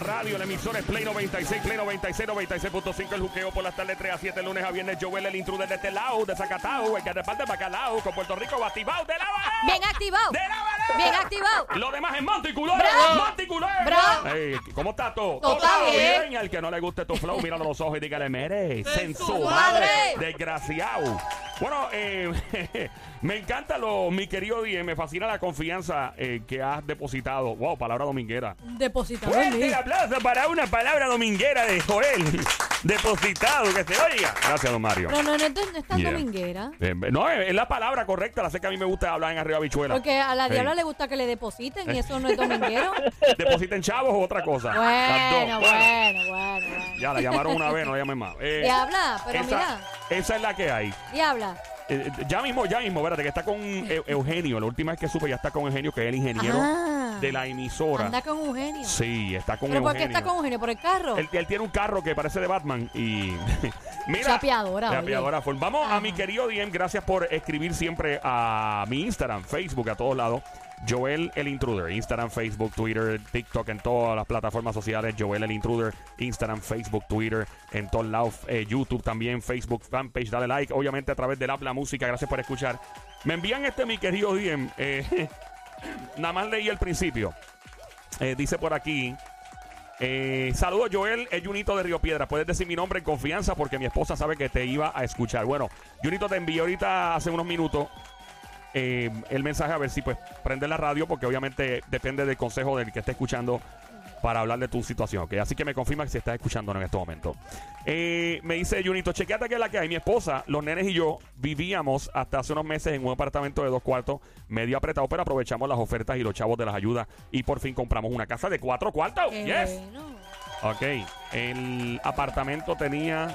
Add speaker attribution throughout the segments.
Speaker 1: radio, la emisora es Play 96, Play 96, 96.5, el juqueo por las tardes 3 a 7, lunes a viernes, Joel, el intruder de este lado, de Zacatau, el que reparte el bacalao, con Puerto Rico, activado, de la varela.
Speaker 2: Bien activado.
Speaker 1: De la varela.
Speaker 2: Bien activado.
Speaker 1: Lo demás es monticulero,
Speaker 2: Bravo.
Speaker 1: monticulero.
Speaker 2: Bravo.
Speaker 1: Ey, ¿Cómo está todo?
Speaker 2: Todo está bien.
Speaker 1: El que no le guste tu flow, míralo a los ojos y dígale, mere,
Speaker 2: su
Speaker 1: sensual,
Speaker 2: madre.
Speaker 1: desgraciado. Bueno, eh, me encanta lo, mi querido Díez, me fascina la confianza eh, que has depositado. Wow, palabra dominguera.
Speaker 2: Depositado en
Speaker 1: Fuerte
Speaker 2: mí.
Speaker 1: el aplauso para una palabra dominguera de Joel. Depositado, que se oiga. Gracias, don Mario.
Speaker 2: No, no, no, esto no es tan
Speaker 1: Yeah.
Speaker 2: dominguera.
Speaker 1: Eh, no, es es la palabra correcta, la sé que a mí me gusta hablar en arriba bichuela.
Speaker 2: Porque a la
Speaker 1: Hey.
Speaker 2: diabla le gusta que le depositen y eso no es dominguero.
Speaker 1: Depositen chavos o otra cosa. Las dos.
Speaker 2: bueno, bueno, bueno, bueno.
Speaker 1: Ya la llamaron una vez, no la llamen más. Eh,
Speaker 2: Diabla, pero
Speaker 1: esa,
Speaker 2: mira.
Speaker 1: Esa es la que hay.
Speaker 2: Diabla.
Speaker 1: Eh, eh, ya mismo, ya mismo, espérate, que está con Eu- Eugenio. La última vez que supe ya está con Eugenio, que es el ingeniero
Speaker 2: Ah.
Speaker 1: de la emisora.
Speaker 2: Anda con Eugenio.
Speaker 1: Sí, está con
Speaker 2: ¿Pero
Speaker 1: Eugenio.
Speaker 2: por qué está con Eugenio? ¿Por el carro?
Speaker 1: Él, él tiene un carro que parece de Batman y... mira,
Speaker 2: Chapeadora, oye.
Speaker 1: chapeadora full. Vamos a
Speaker 2: Ajá.
Speaker 1: mi querido DM, gracias por escribir siempre a mi Instagram, Facebook, a todos lados. Joel el Intruder, Instagram, Facebook, Twitter, TikTok, en todas las plataformas sociales. Joel el Intruder, Instagram, Facebook, Twitter, en todos lados. eh, YouTube también, Facebook, fanpage, dale like. Obviamente a través del app La Música, gracias por escuchar. Me envían este mi querido DM. eh, nada más leí el principio. Eh, dice por aquí. Eh, saludos Joel, es Junito de Río Piedra. Puedes decir mi nombre en confianza porque mi esposa sabe que te iba a escuchar. Bueno, Junito te envió ahorita hace unos minutos eh, el mensaje a ver si pues prende la radio porque obviamente depende del consejo del que esté escuchando para hablar de tu situación. ¿ok? Así que me confirma que si estás escuchando en este momento. Eh, me dice Junito, chequeate que es la que hay. Mi esposa, los nenes y yo vivíamos hasta hace unos meses en un apartamento de dos cuartos medio apretado, pero aprovechamos las ofertas y los chavos de las ayudas y por fin compramos una casa de cuatro cuartos.
Speaker 2: Qué
Speaker 1: yes.
Speaker 2: Eh, bueno.
Speaker 1: Ok, el apartamento tenía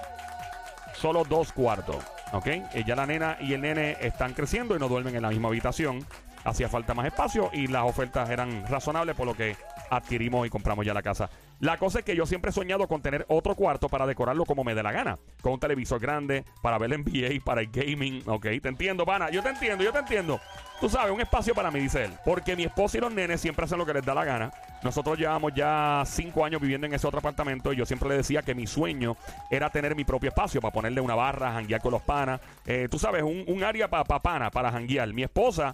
Speaker 1: solo dos cuartos. Ok, Eh, ya la nena y el nene están creciendo y no duermen en la misma habitación. Hacía falta más espacio y las ofertas eran razonables, por lo que adquirimos y compramos ya la casa. La cosa es que yo siempre he soñado con tener otro cuarto para decorarlo como me dé la gana. Con un televisor grande, para ver el NBA, para el gaming. Ok, te entiendo, pana. Yo te entiendo, yo te entiendo. Tú sabes, un espacio para mí, dice él. Porque mi esposa y los nenes siempre hacen lo que les da la gana. Nosotros llevamos ya cinco años viviendo en ese otro apartamento y yo siempre le decía que mi sueño era tener mi propio espacio para ponerle una barra, janguear con los panas. Eh, tú sabes, un, un área para pana, para janguear. Mi esposa,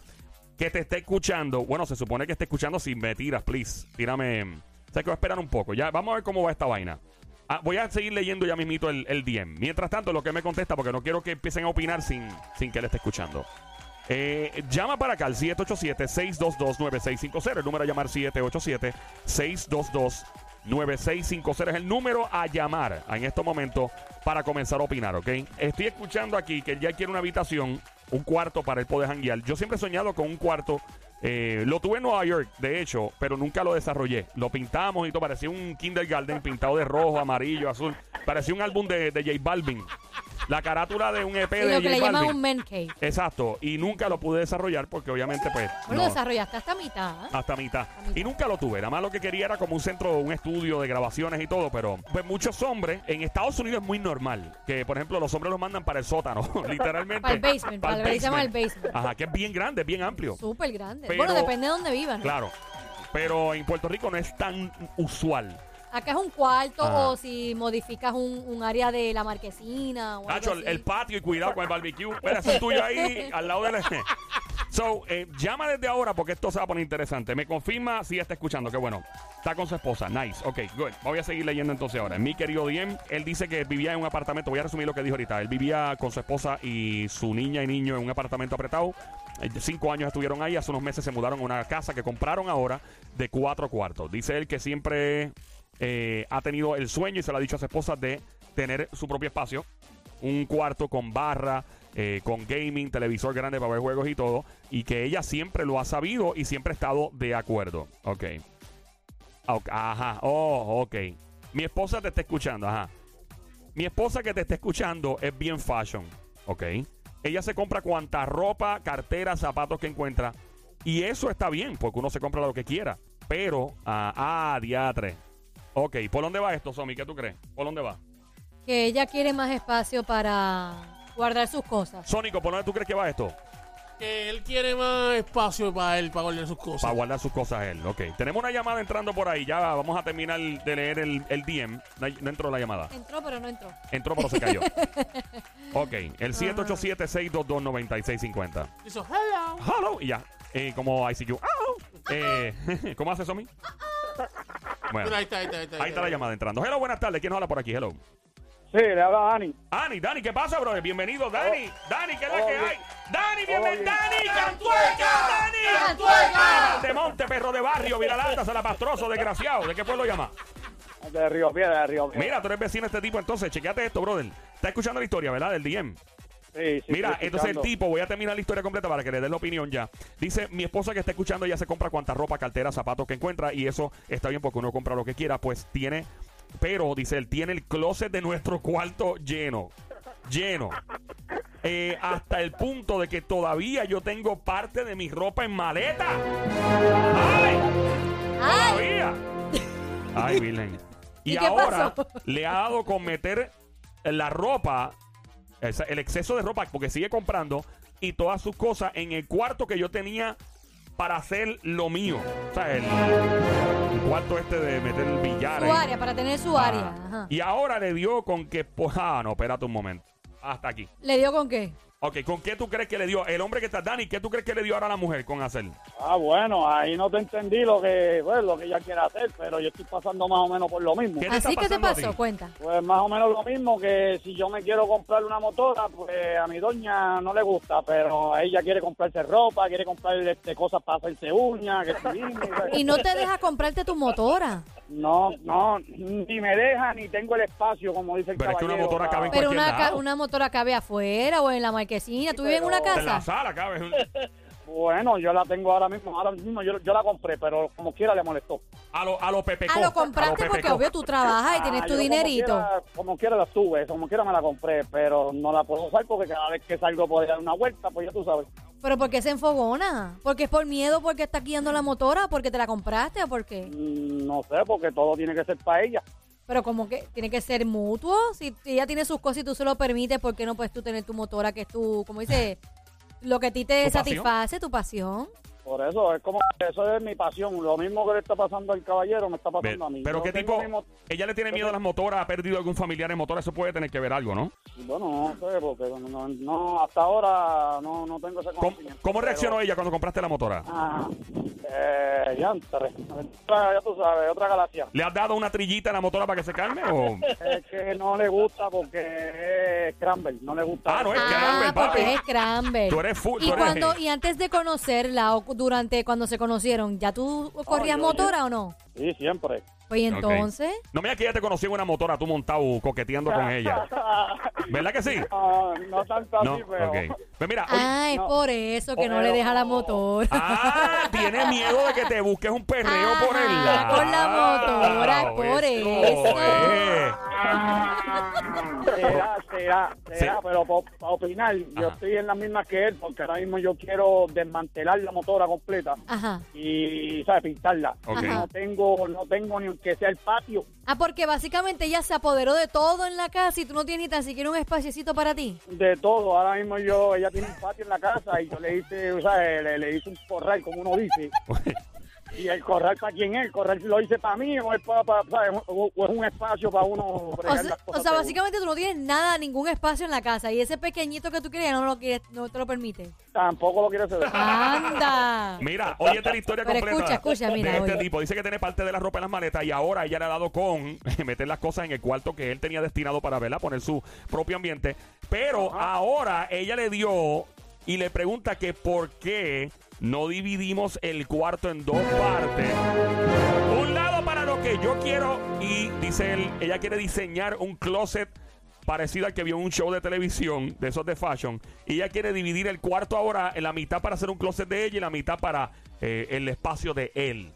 Speaker 1: que te esté escuchando, bueno, se supone que esté escuchando si me tiras, please. Tírame. O sea, que voy a esperar un poco. Ya, vamos a ver cómo va esta vaina. Ah, voy a seguir leyendo ya mismito el, el DM. Mientras tanto, lo que me contesta, porque no quiero que empiecen a opinar sin, sin que él esté escuchando. Eh, llama para acá al 787-622-9650. El número a llamar 787-622-9650 es el número a llamar en estos momentos para comenzar a opinar, ¿ok? Estoy escuchando aquí que él ya quiere una habitación, un cuarto para él poder janguear. Yo siempre he soñado con un cuarto. eh, lo tuve en Nueva York, de hecho, pero nunca lo desarrollé. Lo pintamos y todo, parecía un kindergarten pintado de rojo, amarillo, azul. Parecía un álbum de, de J Balvin. La carátula de un EP
Speaker 2: Y lo
Speaker 1: de
Speaker 2: que le
Speaker 1: J
Speaker 2: llaman
Speaker 1: Balvin.
Speaker 2: un man cave.
Speaker 1: Exacto, y nunca lo pude desarrollar porque obviamente pues
Speaker 2: Bueno,
Speaker 1: no,
Speaker 2: lo desarrollaste hasta mitad. ¿eh?
Speaker 1: hasta mitad.
Speaker 2: mitad.
Speaker 1: Y nunca lo tuve, nada más lo que quería era como un centro, un estudio de grabaciones y todo, pero pues muchos hombres, en Estados Unidos es muy normal que por ejemplo los hombres los mandan para el sótano, literalmente.
Speaker 2: Para el basement, para lo que le llaman el basement.
Speaker 1: Ajá, que es bien grande, es bien amplio.
Speaker 2: Súper grande.
Speaker 1: Pero-
Speaker 2: bueno, depende de dónde vivan. ¿no?
Speaker 1: Claro, pero en Puerto Rico no es tan usual.
Speaker 2: Acá es un cuarto
Speaker 1: Ajá.
Speaker 2: o si modificas un, un área de la marquesina o algo
Speaker 1: Nacho, el,
Speaker 2: así.
Speaker 1: el patio y cuidado con el barbecue. Mira, eso es tuyo ahí al lado del. So, eh, llama desde ahora porque esto se va a poner interesante. Me confirma si está escuchando, que bueno. Está con su esposa, nice. Ok, good. Voy a seguir leyendo entonces ahora. Mi querido Diem, él dice que vivía en un apartamento. Voy a resumir lo que dijo ahorita. Él vivía con su esposa y su niña y niño en un apartamento apretado. Eh, Cinco años estuvieron ahí, hace unos meses se mudaron a una casa que compraron ahora de cuatro cuartos. Dice él que siempre eh, ha tenido el sueño y se lo ha dicho a su esposa de tener su propio espacio un cuarto con barra, eh, con gaming, televisor grande para ver juegos y todo, y que ella siempre lo ha sabido y siempre ha estado de acuerdo. Ok. Ah, ok. Ajá, oh, ok. Mi esposa te está escuchando, ajá. Mi esposa que te está escuchando es bien fashion, ok. Ella se compra cuanta ropa, cartera, zapatos que encuentra. Y eso está bien, porque uno se compra lo que quiera. Pero, ah, ah diatre. Ok, ¿por dónde va esto, Somi? ¿Qué tú crees? ¿Por dónde va?
Speaker 2: Que ella quiere más espacio para guardar sus cosas.
Speaker 1: Sónico, ¿por dónde tú crees que va esto?
Speaker 3: Que él quiere más espacio para él, para guardar sus cosas.
Speaker 1: Para guardar sus cosas él. Ok. Tenemos una llamada entrando por ahí. Ya vamos a terminar de leer el, el DM. No, hay- no entró la llamada.
Speaker 2: Entró, pero no entró.
Speaker 1: Entró, pero se cayó. ok. El 787-622-9650.
Speaker 3: Hizo, hello.
Speaker 1: Hello. Y ya. Eh, como ICQ. "Hello". Eh, ¿Cómo hace eso a mí? Bueno.
Speaker 3: Mira, ahí está, ahí está, ahí está.
Speaker 1: Ahí está la llamada entrando. Hello, buenas tardes. ¿Quién nos habla por aquí? Hello.
Speaker 4: Sí, le habla Dani.
Speaker 1: Dani, Dani, ¿qué pasa, brother? Bienvenido, Dani. Dani, ¿qué es la que
Speaker 4: Oh. Oye.
Speaker 1: hay? Dani, bienvenido.
Speaker 4: Oye.
Speaker 1: Dani,
Speaker 3: ¡Cantueca!
Speaker 1: Dani.
Speaker 3: ¡Cantueca!
Speaker 1: De monte, perro de barrio, viralata, salapastroso, desgraciado. ¿De qué pueblo llama?
Speaker 4: De Río Piedra, de Río Piedra.
Speaker 1: Mira, tú eres vecino de este tipo, entonces, chequeate esto, brother. Está escuchando la historia, ¿verdad? Del DM.
Speaker 4: Sí, sí,
Speaker 1: Mira,
Speaker 4: estoy
Speaker 1: entonces el
Speaker 4: escuchando.
Speaker 1: tipo, voy a terminar la historia completa para que le den la opinión ya. Dice, mi esposa que está escuchando, ella se compra cuanta ropa, cartera, zapatos que encuentra y eso está bien porque uno compra lo que quiera, pues tiene, pero dice él, tiene el closet de nuestro cuarto lleno, lleno. Eh, hasta el punto de que todavía yo tengo parte de mi ropa en maleta. ¡Ay!
Speaker 2: ¡Ay!
Speaker 1: Todavía. Ay, Virgen. Y,
Speaker 2: ¿Y qué
Speaker 1: ahora
Speaker 2: pasó?
Speaker 1: le ha dado con meter la ropa, esa- el exceso de ropa, porque sigue comprando, y todas sus cosas en el cuarto que yo tenía para hacer lo mío. O sea, el, el cuarto este de meter el billar.
Speaker 2: Su
Speaker 1: ahí.
Speaker 2: área, para tener su
Speaker 1: Ah.
Speaker 2: área. Ajá.
Speaker 1: Y ahora le dio con que... po- Ah, no, espérate un momento. Hasta aquí.
Speaker 2: ¿Le dio con qué?
Speaker 1: Ok, ¿con qué tú crees que le dio? El hombre que está, Dani, ¿qué tú crees que le dio ahora a la mujer con hacer?
Speaker 4: Ah, bueno, ahí no te entendí lo que, pues, lo que ella quiere hacer, pero yo estoy pasando más o menos por lo mismo.
Speaker 1: ¿Qué te
Speaker 2: Así
Speaker 1: está
Speaker 2: que te
Speaker 1: pasando a ti?
Speaker 2: pasó, cuenta.
Speaker 4: Pues más o menos lo mismo que si yo me quiero comprar una motora, pues a mi doña no le gusta, pero a ella quiere comprarse ropa, quiere comprar este, cosas para hacerse uñas, que si dime, pues.
Speaker 2: Y no te deja comprarte tu motora.
Speaker 4: no, no, ni me deja ni tengo el espacio, como dice el
Speaker 1: Pero es que una
Speaker 4: caballero,
Speaker 1: motora
Speaker 4: para-
Speaker 1: cabe en
Speaker 2: Pero
Speaker 1: cualquier
Speaker 2: una, ca-
Speaker 1: lado.
Speaker 2: una motora cabe afuera o en la marquesina. ¿Tú vives en una
Speaker 4: pero-
Speaker 1: En la
Speaker 2: casa?
Speaker 1: sala, cabrón.
Speaker 4: Bueno, yo la tengo ahora mismo, ahora mismo yo, yo la compré, pero como quiera le molestó.
Speaker 1: A lo, a lo Pepe
Speaker 2: Ah, lo compraste porque obvio tú trabajas y tienes
Speaker 4: Ah,
Speaker 2: tu
Speaker 4: yo
Speaker 2: dinerito.
Speaker 4: Como quiera, como quiera la tuve, como quiera me la compré, pero no la puedo usar porque cada vez que salgo puedo dar una vuelta, pues ya tú sabes.
Speaker 2: Pero ¿por qué se enfogona? ¿Porque es por miedo? ¿Porque está guiando la motora? ¿Porque te la compraste o por qué?
Speaker 4: Mm, No sé, porque todo tiene que ser para ella.
Speaker 2: Pero como que tiene que ser mutuo. Si si ella tiene sus cosas y tú se lo permites, ¿por qué no puedes tú tener tu motora que es tu, como dice, lo que a ti te
Speaker 1: ¿Tu pasión?
Speaker 2: satisface, tu pasión?
Speaker 4: Por eso es como, eso es mi pasión. Lo mismo que le está pasando al caballero me está pasando a mí.
Speaker 1: Pero
Speaker 4: Yo
Speaker 1: qué
Speaker 4: tengo
Speaker 1: tipo,
Speaker 4: mi mo-
Speaker 1: ella le tiene miedo a las motoras, ha perdido algún familiar en motoras, eso puede tener que ver algo, ¿no?
Speaker 4: Ah, Bueno, no sé, porque no- no, no, hasta ahora no, no tengo ese
Speaker 1: ¿Cómo,
Speaker 4: conocimiento.
Speaker 1: cómo
Speaker 4: pero-
Speaker 1: reaccionó ella cuando compraste la motora?
Speaker 4: Ah, eh, diantre. Otra- ya tú sabes, otra galaxia.
Speaker 1: ¿Le has dado una trillita a la motora para que se calme o...?
Speaker 4: Es que no le gusta porque es Scramble, no le gusta.
Speaker 1: Ah, no, es
Speaker 2: Ah,
Speaker 1: Scramble, papi.
Speaker 2: porque es Scramble.
Speaker 1: Tú eres full,
Speaker 2: y
Speaker 1: tú eres-
Speaker 2: cuando y antes de conocerla o cu- durante cuando se conocieron, ¿ya tú corrías
Speaker 4: Oh, yo-
Speaker 2: motora o no?
Speaker 4: Sí, siempre.
Speaker 2: Pues ¿y
Speaker 1: Ok.
Speaker 2: entonces,
Speaker 1: No me digas que ella te conoció en una motora, tú montado coqueteando con ella. ¿Verdad que sí?
Speaker 4: Ah, no tanto así,
Speaker 1: No,
Speaker 4: pero.
Speaker 1: ok. Pues mira, oye-
Speaker 2: ah, es
Speaker 4: no.
Speaker 2: por eso que no le
Speaker 4: Pero-
Speaker 2: deja la motora.
Speaker 1: Ah, tiene miedo de que te busques un perreo
Speaker 2: Ajá,
Speaker 1: por el lado.
Speaker 2: Ah, con la motora,
Speaker 1: Ah,
Speaker 2: por
Speaker 1: eso
Speaker 2: eso.
Speaker 4: Ah. Será, será, será,
Speaker 1: Sí.
Speaker 4: pero para opinar, yo
Speaker 1: Ajá.
Speaker 4: estoy en las mismas que él, porque ahora mismo yo quiero desmantelar la motora completa
Speaker 2: Ajá.
Speaker 4: y, ¿sabes?, pintarla.
Speaker 1: Ok.
Speaker 4: No tengo, no tengo ni aunque sea el patio.
Speaker 2: Ah, porque básicamente ella se apoderó de todo en la casa y tú no tienes ni tan siquiera un espaciecito para ti.
Speaker 4: De todo, ahora mismo yo, ella tiene un patio en la casa y yo le hice, o sea, le, le hice un corral, como uno dice.
Speaker 1: es.
Speaker 4: Y el corral para quién es, el corral lo hice para mí o es, para, para- ¿sabes? O- o es un espacio para uno.
Speaker 2: O
Speaker 4: bregar
Speaker 2: sea,
Speaker 4: las
Speaker 2: o
Speaker 4: cosas
Speaker 2: sea,
Speaker 4: de uno.
Speaker 2: básicamente tú no tienes nada, ningún espacio en la casa y ese pequeñito que tú querías no lo quieres, no te lo permite.
Speaker 4: Tampoco lo quiero saber.
Speaker 2: Ah. Anda.
Speaker 1: Mira, oye esta es la historia
Speaker 2: Pero
Speaker 1: completa
Speaker 2: escucha, escucha, mira,
Speaker 1: de este
Speaker 2: oye.
Speaker 1: tipo. Dice que tiene parte de la ropa en las maletas y ahora ella le ha dado con meter las cosas en el cuarto que él tenía destinado para verla, poner su propio ambiente. Pero ahora ella le dio y le pregunta que por qué no dividimos el cuarto en dos partes. Un lado para lo que yo quiero y dice él, ella quiere diseñar un closet parecido al que vio en un show de televisión de esos de fashion y ella quiere dividir el cuarto ahora en la mitad para hacer un closet de ella y la mitad para eh, el espacio de él.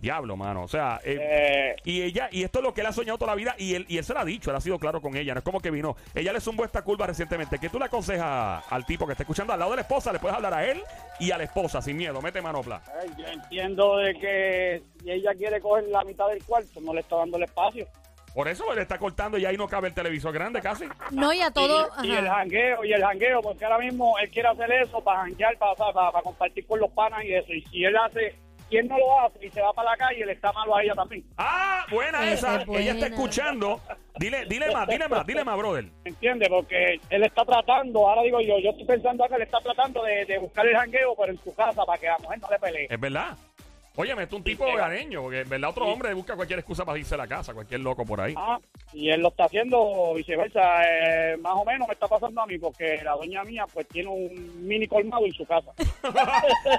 Speaker 1: Diablo, mano. O sea, eh,
Speaker 4: Eh,
Speaker 1: y ella y esto es lo que él ha soñado toda la vida y él, y él se lo ha dicho, él ha sido claro con ella, no es como que vino. Ella le zumbó esta curva recientemente. ¿Qué tú le aconsejas al tipo que está escuchando al lado de la esposa? Le puedes hablar a él y a la esposa sin miedo, mete manopla.
Speaker 4: Ay, Yo entiendo de que si ella quiere coger la mitad del cuarto, no le está dando el espacio.
Speaker 1: Por eso le está cortando y ahí no cabe el televisor grande casi.
Speaker 2: No, y a todo.
Speaker 4: Y, y el
Speaker 2: ajá.
Speaker 4: jangueo, y el jangueo, porque ahora mismo él quiere hacer eso para janguear, para, para, para compartir con los panas y eso. Y si él hace, si él no lo hace y se va para la calle, le está malo a ella también.
Speaker 1: Ah, buena
Speaker 2: Eh,
Speaker 1: esa.
Speaker 2: eh, buena.
Speaker 1: Ella está escuchando. Dile, dile más, dile más, dile más, brother.
Speaker 4: ¿Entiendes? Porque él está tratando, ahora digo yo, yo estoy pensando acá, él está tratando de, de buscar el jangueo, pero en su casa, para que la mujer no le pelee.
Speaker 1: Es verdad. Oye, me está un tipo hogareño, porque en verdad otro hombre busca cualquier excusa para irse a la casa, cualquier loco por ahí.
Speaker 4: Ah, y él lo está haciendo viceversa, eh, más o menos me está pasando a mí, porque la doña mía pues tiene un mini colmado en su casa.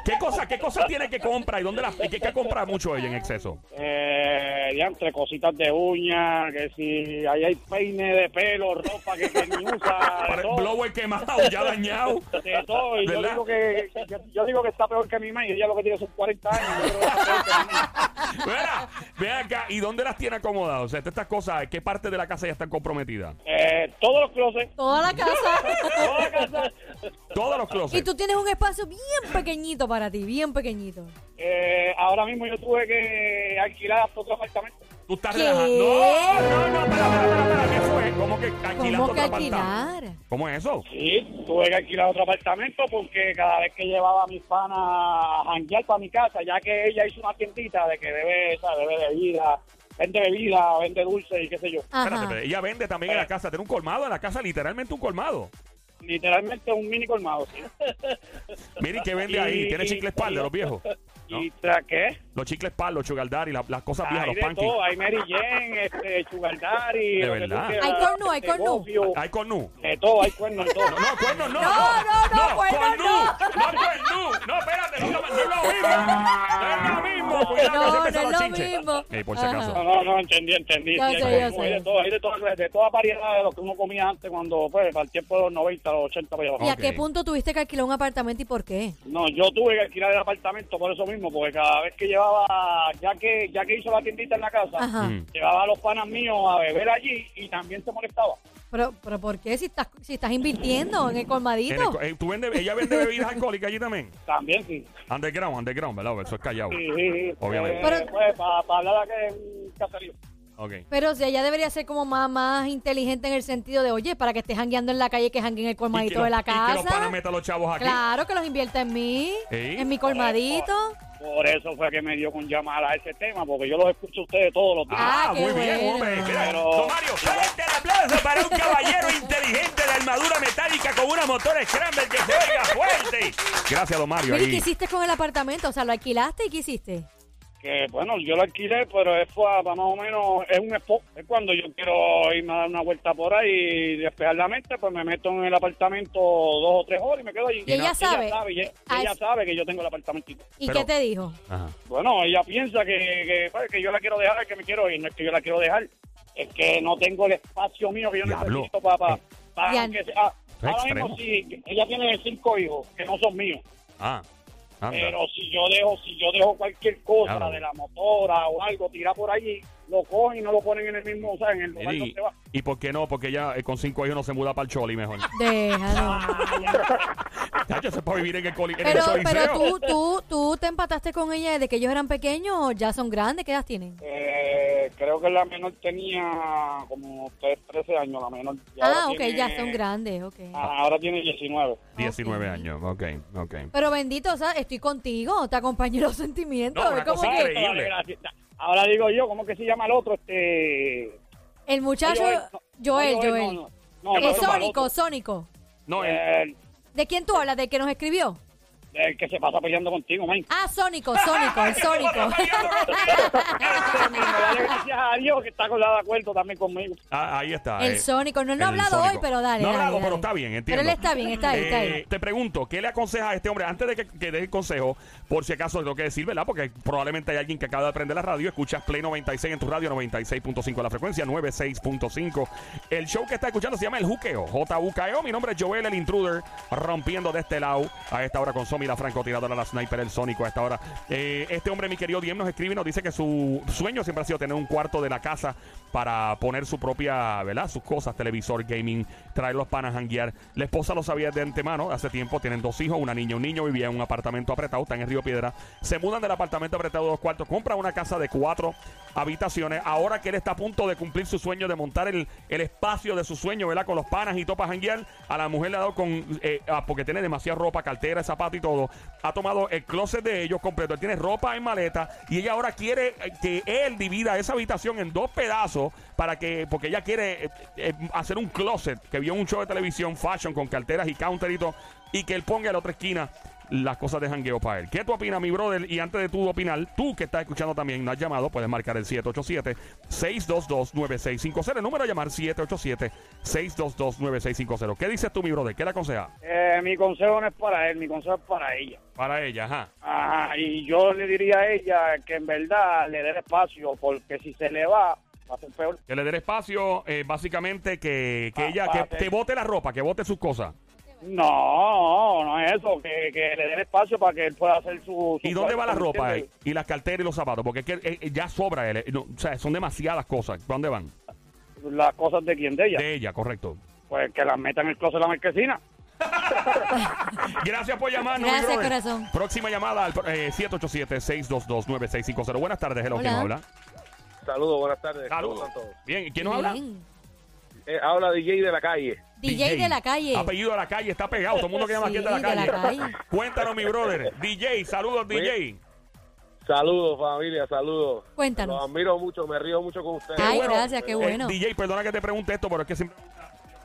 Speaker 1: ¿Qué cosas qué cosa tiene que comprar y dónde las y qué, qué compra mucho ella en exceso?
Speaker 4: Eh, ya entre cositas de uña, que si ahí hay peine de pelo, ropa que, que ni usa,
Speaker 1: Para
Speaker 4: de
Speaker 1: el
Speaker 4: todo,
Speaker 1: blower quemado, ya dañado.
Speaker 4: de todo. Y yo
Speaker 1: ¿Verdad?
Speaker 4: digo, que, yo, yo digo que está peor que mi madre, ella lo que tiene son 40 años. yo creo que está peor que mi madre.
Speaker 1: Mira, ve acá, ¿y dónde las tiene acomodadas? O sea, estas cosas, ¿qué parte de la casa ya están comprometidas?
Speaker 4: Eh, todos los closets,
Speaker 2: Toda la casa.
Speaker 4: toda la casa,
Speaker 1: Todos los
Speaker 2: y
Speaker 1: closets.
Speaker 2: tú tienes un espacio bien pequeñito para ti, bien pequeñito.
Speaker 4: eh, ahora mismo yo tuve que alquilar hasta otro apartamento.
Speaker 1: Tú estás
Speaker 2: ¿Qué?
Speaker 1: relajando. No, no, no, espera, espera, espera, espera, ¿qué fue? ¿Cómo que alquilando
Speaker 2: ¿Cómo que
Speaker 1: otra pantalla?
Speaker 2: alquilar?
Speaker 1: ¿Cómo es eso?
Speaker 4: Sí, tuve que alquilar otro apartamento porque cada vez que llevaba a mis panas a janguear para mi casa, ya que ella hizo una tiendita de que bebe, o sea, bebe bebida, vende bebida, vende dulce y qué sé yo.
Speaker 1: Espérate,
Speaker 2: Ajá.
Speaker 1: espérate, ella vende también en la casa, tiene un colmado en la casa, literalmente un colmado.
Speaker 4: Literalmente un mini colmado, ¿sí?
Speaker 1: Mira, ¿y qué vende ahí? Tiene chicles pal de los viejos. No.
Speaker 4: ¿Y tras qué?
Speaker 1: Los chicles pal, los chugaldari, las, las cosas viejas,
Speaker 4: Hay
Speaker 1: los
Speaker 4: de
Speaker 1: panquis.
Speaker 4: todo, hay Mary Jane, este, Sugar Daddy,
Speaker 1: De
Speaker 4: lo que tú
Speaker 1: verdad.
Speaker 4: quieras,
Speaker 2: Hay cornu, hay
Speaker 4: este,
Speaker 2: cornu.
Speaker 4: gofio,
Speaker 1: Hay cornu.
Speaker 4: De todo, hay cuernos, de todo.
Speaker 1: No, cuerno no.
Speaker 2: No, no, no, cuerno
Speaker 1: cornú.
Speaker 2: no.
Speaker 1: No, cuerno. No, espérate, no, no es lo mismo. No es lo mismo. Cuidado,
Speaker 2: No,
Speaker 1: que
Speaker 2: no
Speaker 1: se
Speaker 2: es lo
Speaker 1: empezaron los chinches.
Speaker 2: mismo.
Speaker 1: Ey, por si
Speaker 2: Ajá.
Speaker 1: acaso.
Speaker 4: No, no, no, entendí, entendí.
Speaker 2: Ya
Speaker 4: Sí, hay,
Speaker 2: sé,
Speaker 4: de
Speaker 2: ya
Speaker 4: todo,
Speaker 2: sé.
Speaker 4: hay de todo, hay de todo, de toda variedad de lo que uno comía antes cuando, pues, para el tiempo de los 90, los 80, para allá abajo.
Speaker 2: ¿Y a
Speaker 1: Ok.
Speaker 2: qué punto tuviste que alquilar un apartamento y por qué?
Speaker 4: No, yo tuve que alquilar el apartamento por eso mismo, porque cada vez que llevaba, ya que ya que hizo la tiendita en la casa,
Speaker 2: Ajá.
Speaker 1: Mm.
Speaker 4: llevaba a los panas míos a beber allí y también se molestaba.
Speaker 2: Pero, pero ¿por qué si estás, si estás invirtiendo en el
Speaker 1: En el
Speaker 2: colmadito?
Speaker 1: co- eh, ¿tú vende, ella vende bebidas alcohólicas allí también.
Speaker 4: También sí.
Speaker 1: Underground, underground, ¿verdad? Eso es callado.
Speaker 4: sí, sí, sí.
Speaker 1: Obviamente.
Speaker 4: Eh,
Speaker 2: Pero-
Speaker 4: pues, para hablar de que caserío.
Speaker 1: Ok.
Speaker 2: Pero o sea, ella debería ser como más, más inteligente en el sentido de, oye, para que estés jangueando en la calle, que jangue en el
Speaker 1: Y que
Speaker 2: colmadito
Speaker 1: los-
Speaker 2: de la
Speaker 1: Y que los panes
Speaker 2: casa.
Speaker 1: metan los chavos aquí.
Speaker 2: Claro, que los invierta en mí,
Speaker 1: Sí.
Speaker 2: en mi colmadito.
Speaker 4: Por eso fue que me dio con llamar a ese tema, porque yo los escucho a ustedes todos los días.
Speaker 1: Ah,
Speaker 2: Ah, qué
Speaker 1: muy bien,
Speaker 2: bueno.
Speaker 1: hombre. Mira,
Speaker 4: Pero-
Speaker 1: don Mario, fuerte el aplauso para un caballero inteligente de armadura metálica con una motor scramble que se oiga fuerte. Gracias, don Mario.
Speaker 2: Mira, ¿y qué
Speaker 1: Ahí.
Speaker 2: hiciste con el apartamento? O sea, ¿lo alquilaste y qué hiciste?
Speaker 4: Que bueno, yo lo alquilé, pero es para más o menos, es un spot. Es cuando yo quiero irme a dar una vuelta por ahí y despejar la mente, pues me meto en el apartamento dos o tres horas y me quedo allí.
Speaker 2: Y ella sabe.
Speaker 4: y ella,
Speaker 2: Ah,
Speaker 4: ella
Speaker 2: es-
Speaker 4: sabe que yo tengo el apartamentito.
Speaker 2: ¿Y
Speaker 1: Pero-
Speaker 2: qué te dijo?
Speaker 1: Ajá.
Speaker 4: Bueno, ella piensa que, que, pues, que yo la quiero dejar, que me quiero ir. No es que yo la quiero dejar, es que no tengo el espacio mío que yo
Speaker 1: Diablo.
Speaker 4: necesito para... para, para
Speaker 2: Ya.
Speaker 4: que sea- Ah,
Speaker 1: Eso es
Speaker 4: ahora mismo,
Speaker 1: extremo.
Speaker 4: sí, ella tiene cinco hijos que no son míos.
Speaker 1: Ah, anda.
Speaker 4: Pero si yo dejo, si yo dejo cualquier cosa
Speaker 1: Claro.
Speaker 4: de la motora o algo, tira por allí, lo cogen y no lo ponen en el mismo, o sea, en el lugar
Speaker 1: Mira,
Speaker 4: donde
Speaker 1: y,
Speaker 4: va.
Speaker 1: y por qué no? Porque ella eh, con cinco hijos no se muda para el Choli mejor.
Speaker 2: Déjalo.
Speaker 1: Chacho, se puede vivir en el, coli, en el
Speaker 2: Pero,
Speaker 1: Choliseo.
Speaker 2: pero tú, tú, tú te empataste con ella desde que ellos eran pequeños o ya son grandes, ¿qué edad tienen?
Speaker 4: Eh, creo que la menor tenía como 3, 13 años, la menor. Y ahora
Speaker 2: ah, ok,
Speaker 4: tiene- Ah.
Speaker 2: ya son grandes, ok.
Speaker 4: Ajá, ahora tiene 19.
Speaker 1: 19 años, ok, ok.
Speaker 2: Pero bendito, o sea, estoy contigo, te acompañé los sentimientos.
Speaker 1: No, una
Speaker 2: es como
Speaker 1: cosa
Speaker 2: que
Speaker 1: increíble.
Speaker 4: Ahora digo yo, ¿cómo que se llama el otro? Este...
Speaker 2: el muchacho,
Speaker 4: no,
Speaker 2: Joel,
Speaker 4: no,
Speaker 2: Joel.
Speaker 4: no, no, no,
Speaker 2: Es
Speaker 4: Joel no,
Speaker 2: Sónico,
Speaker 4: el otro.
Speaker 2: Sónico.
Speaker 1: No, eh,
Speaker 4: El,
Speaker 2: ¿De quién tú hablas? ¿Del que nos escribió?
Speaker 4: el que se pasa peleando contigo, man.
Speaker 2: Ah, Sónico, Sónico, el Sónico. Ah.
Speaker 4: Este mismo, dale gracias a Dios que está colado de acuerdo también conmigo.
Speaker 1: ah, ahí está.
Speaker 2: El
Speaker 1: eh,
Speaker 2: Sónico. No, no ha
Speaker 1: el
Speaker 2: hablado
Speaker 1: Sónico.
Speaker 2: hoy, pero dale.
Speaker 1: No ha
Speaker 2: dale,
Speaker 1: hablado,
Speaker 2: dale.
Speaker 1: pero está bien, entiendo.
Speaker 2: Pero él está bien, está ahí, está
Speaker 1: Eh,
Speaker 2: ahí.
Speaker 1: te pregunto, ¿qué le aconsejas a este hombre antes de que, que dé el consejo? Por si acaso tengo que decir, ¿verdad? Porque probablemente hay alguien que acaba de aprender la radio, escuchas Play 96 en tu radio, 96.5 la frecuencia, 96.5. El show que está E escuchando se llama El Juqueo, J-U-K-E-O. Mi nombre es Joel, el intruder, rompiendo de este lado a esta hora con Son Naomi, la francotiradora, la sniper, el sónico a esta hora. Eh, este hombre, mi querido Diem, nos escribe y nos dice que su sueño siempre ha sido tener un cuarto de la casa para poner su propia, ¿verdad? Sus cosas, televisor, gaming, traer los panas, janguear. La esposa lo sabía de antemano, hace tiempo, tienen dos hijos, una niña y un niño, vivía en un apartamento apretado, están en Río Piedra. Se mudan del apartamento apretado de dos cuartos, compran una casa de cuatro habitaciones. Ahora que él está a punto de cumplir su sueño, de montar el, el espacio de su sueño, ¿verdad? Con los panas y topas janguear, a la mujer le ha dado con. eh, ah, porque tiene demasiada ropa, cartera, zapatos y todo. Ha tomado el closet de ellos completo. Él tiene ropa en maleta y ella ahora quiere eh, que él divida esa habitación en dos pedazos para que. Porque ella quiere eh, eh, hacer un closet que vio en un show de televisión fashion con carteras y counter y todo. Y que él ponga en la otra esquina las cosas de jangueo para él. ¿Qué tú opinas, mi brother? Y antes de tú opinar, tú que estás escuchando también, no has llamado, puedes marcar el 787-622-9650. El número a llamar 787-622-9650. ¿Qué dices tú, mi brother? ¿Qué le aconseja?
Speaker 4: Eh, mi consejo no es para él, mi consejo es para ella.
Speaker 1: Para ella, ajá.
Speaker 4: Ajá, y yo le diría a ella que en verdad le dé el espacio, porque si se le va, va a ser peor.
Speaker 1: Que le dé el espacio, eh, básicamente, que, que
Speaker 4: Ah,
Speaker 1: ella,
Speaker 4: ah,
Speaker 1: que,
Speaker 4: ok.
Speaker 1: que bote la ropa, que bote sus cosas.
Speaker 4: No, no es eso, que, que le dé el espacio para que él pueda hacer su... su
Speaker 1: ¿Y dónde va la
Speaker 4: ¿me
Speaker 1: ropa? eh?
Speaker 4: entiendes?
Speaker 1: Y las carteras y los zapatos, porque es que eh, eh, ya sobra él. eh, no, o sea, son demasiadas cosas. ¿Dónde van?
Speaker 4: Las cosas de quien de ella.
Speaker 1: eh? De ella, correcto.
Speaker 4: Pues que las meta en el closet de la marquesina.
Speaker 1: Gracias por llamarnos. mi
Speaker 2: Gracias,
Speaker 1: brother.
Speaker 2: corazón.
Speaker 1: Próxima llamada al eh, 787-622-9650. Buenas tardes, hello. ¿Quién
Speaker 2: Hola.
Speaker 1: nos habla?
Speaker 5: Saludos, buenas tardes. ¿Cómo
Speaker 1: Saludos.
Speaker 5: están todos?
Speaker 1: Bien, ¿quién nos habla?
Speaker 2: Bien.
Speaker 5: Eh, habla DJ de la calle.
Speaker 2: DJ, de la calle.
Speaker 1: Apellido de la calle, está pegado. Todo el mundo que llama
Speaker 2: Sí,
Speaker 1: aquí es de la
Speaker 2: de la
Speaker 1: calle.
Speaker 2: calle.
Speaker 1: Cuéntanos, mi brother. DJ, saludos,
Speaker 5: Oye.
Speaker 1: DJ.
Speaker 5: Saludos, familia, saludos.
Speaker 2: Cuéntanos.
Speaker 5: Los admiro mucho, me río mucho con ustedes.
Speaker 2: Ay, gracias, qué
Speaker 1: Eh,
Speaker 2: bueno.
Speaker 1: DJ, perdona que te pregunte esto, pero es que siempre...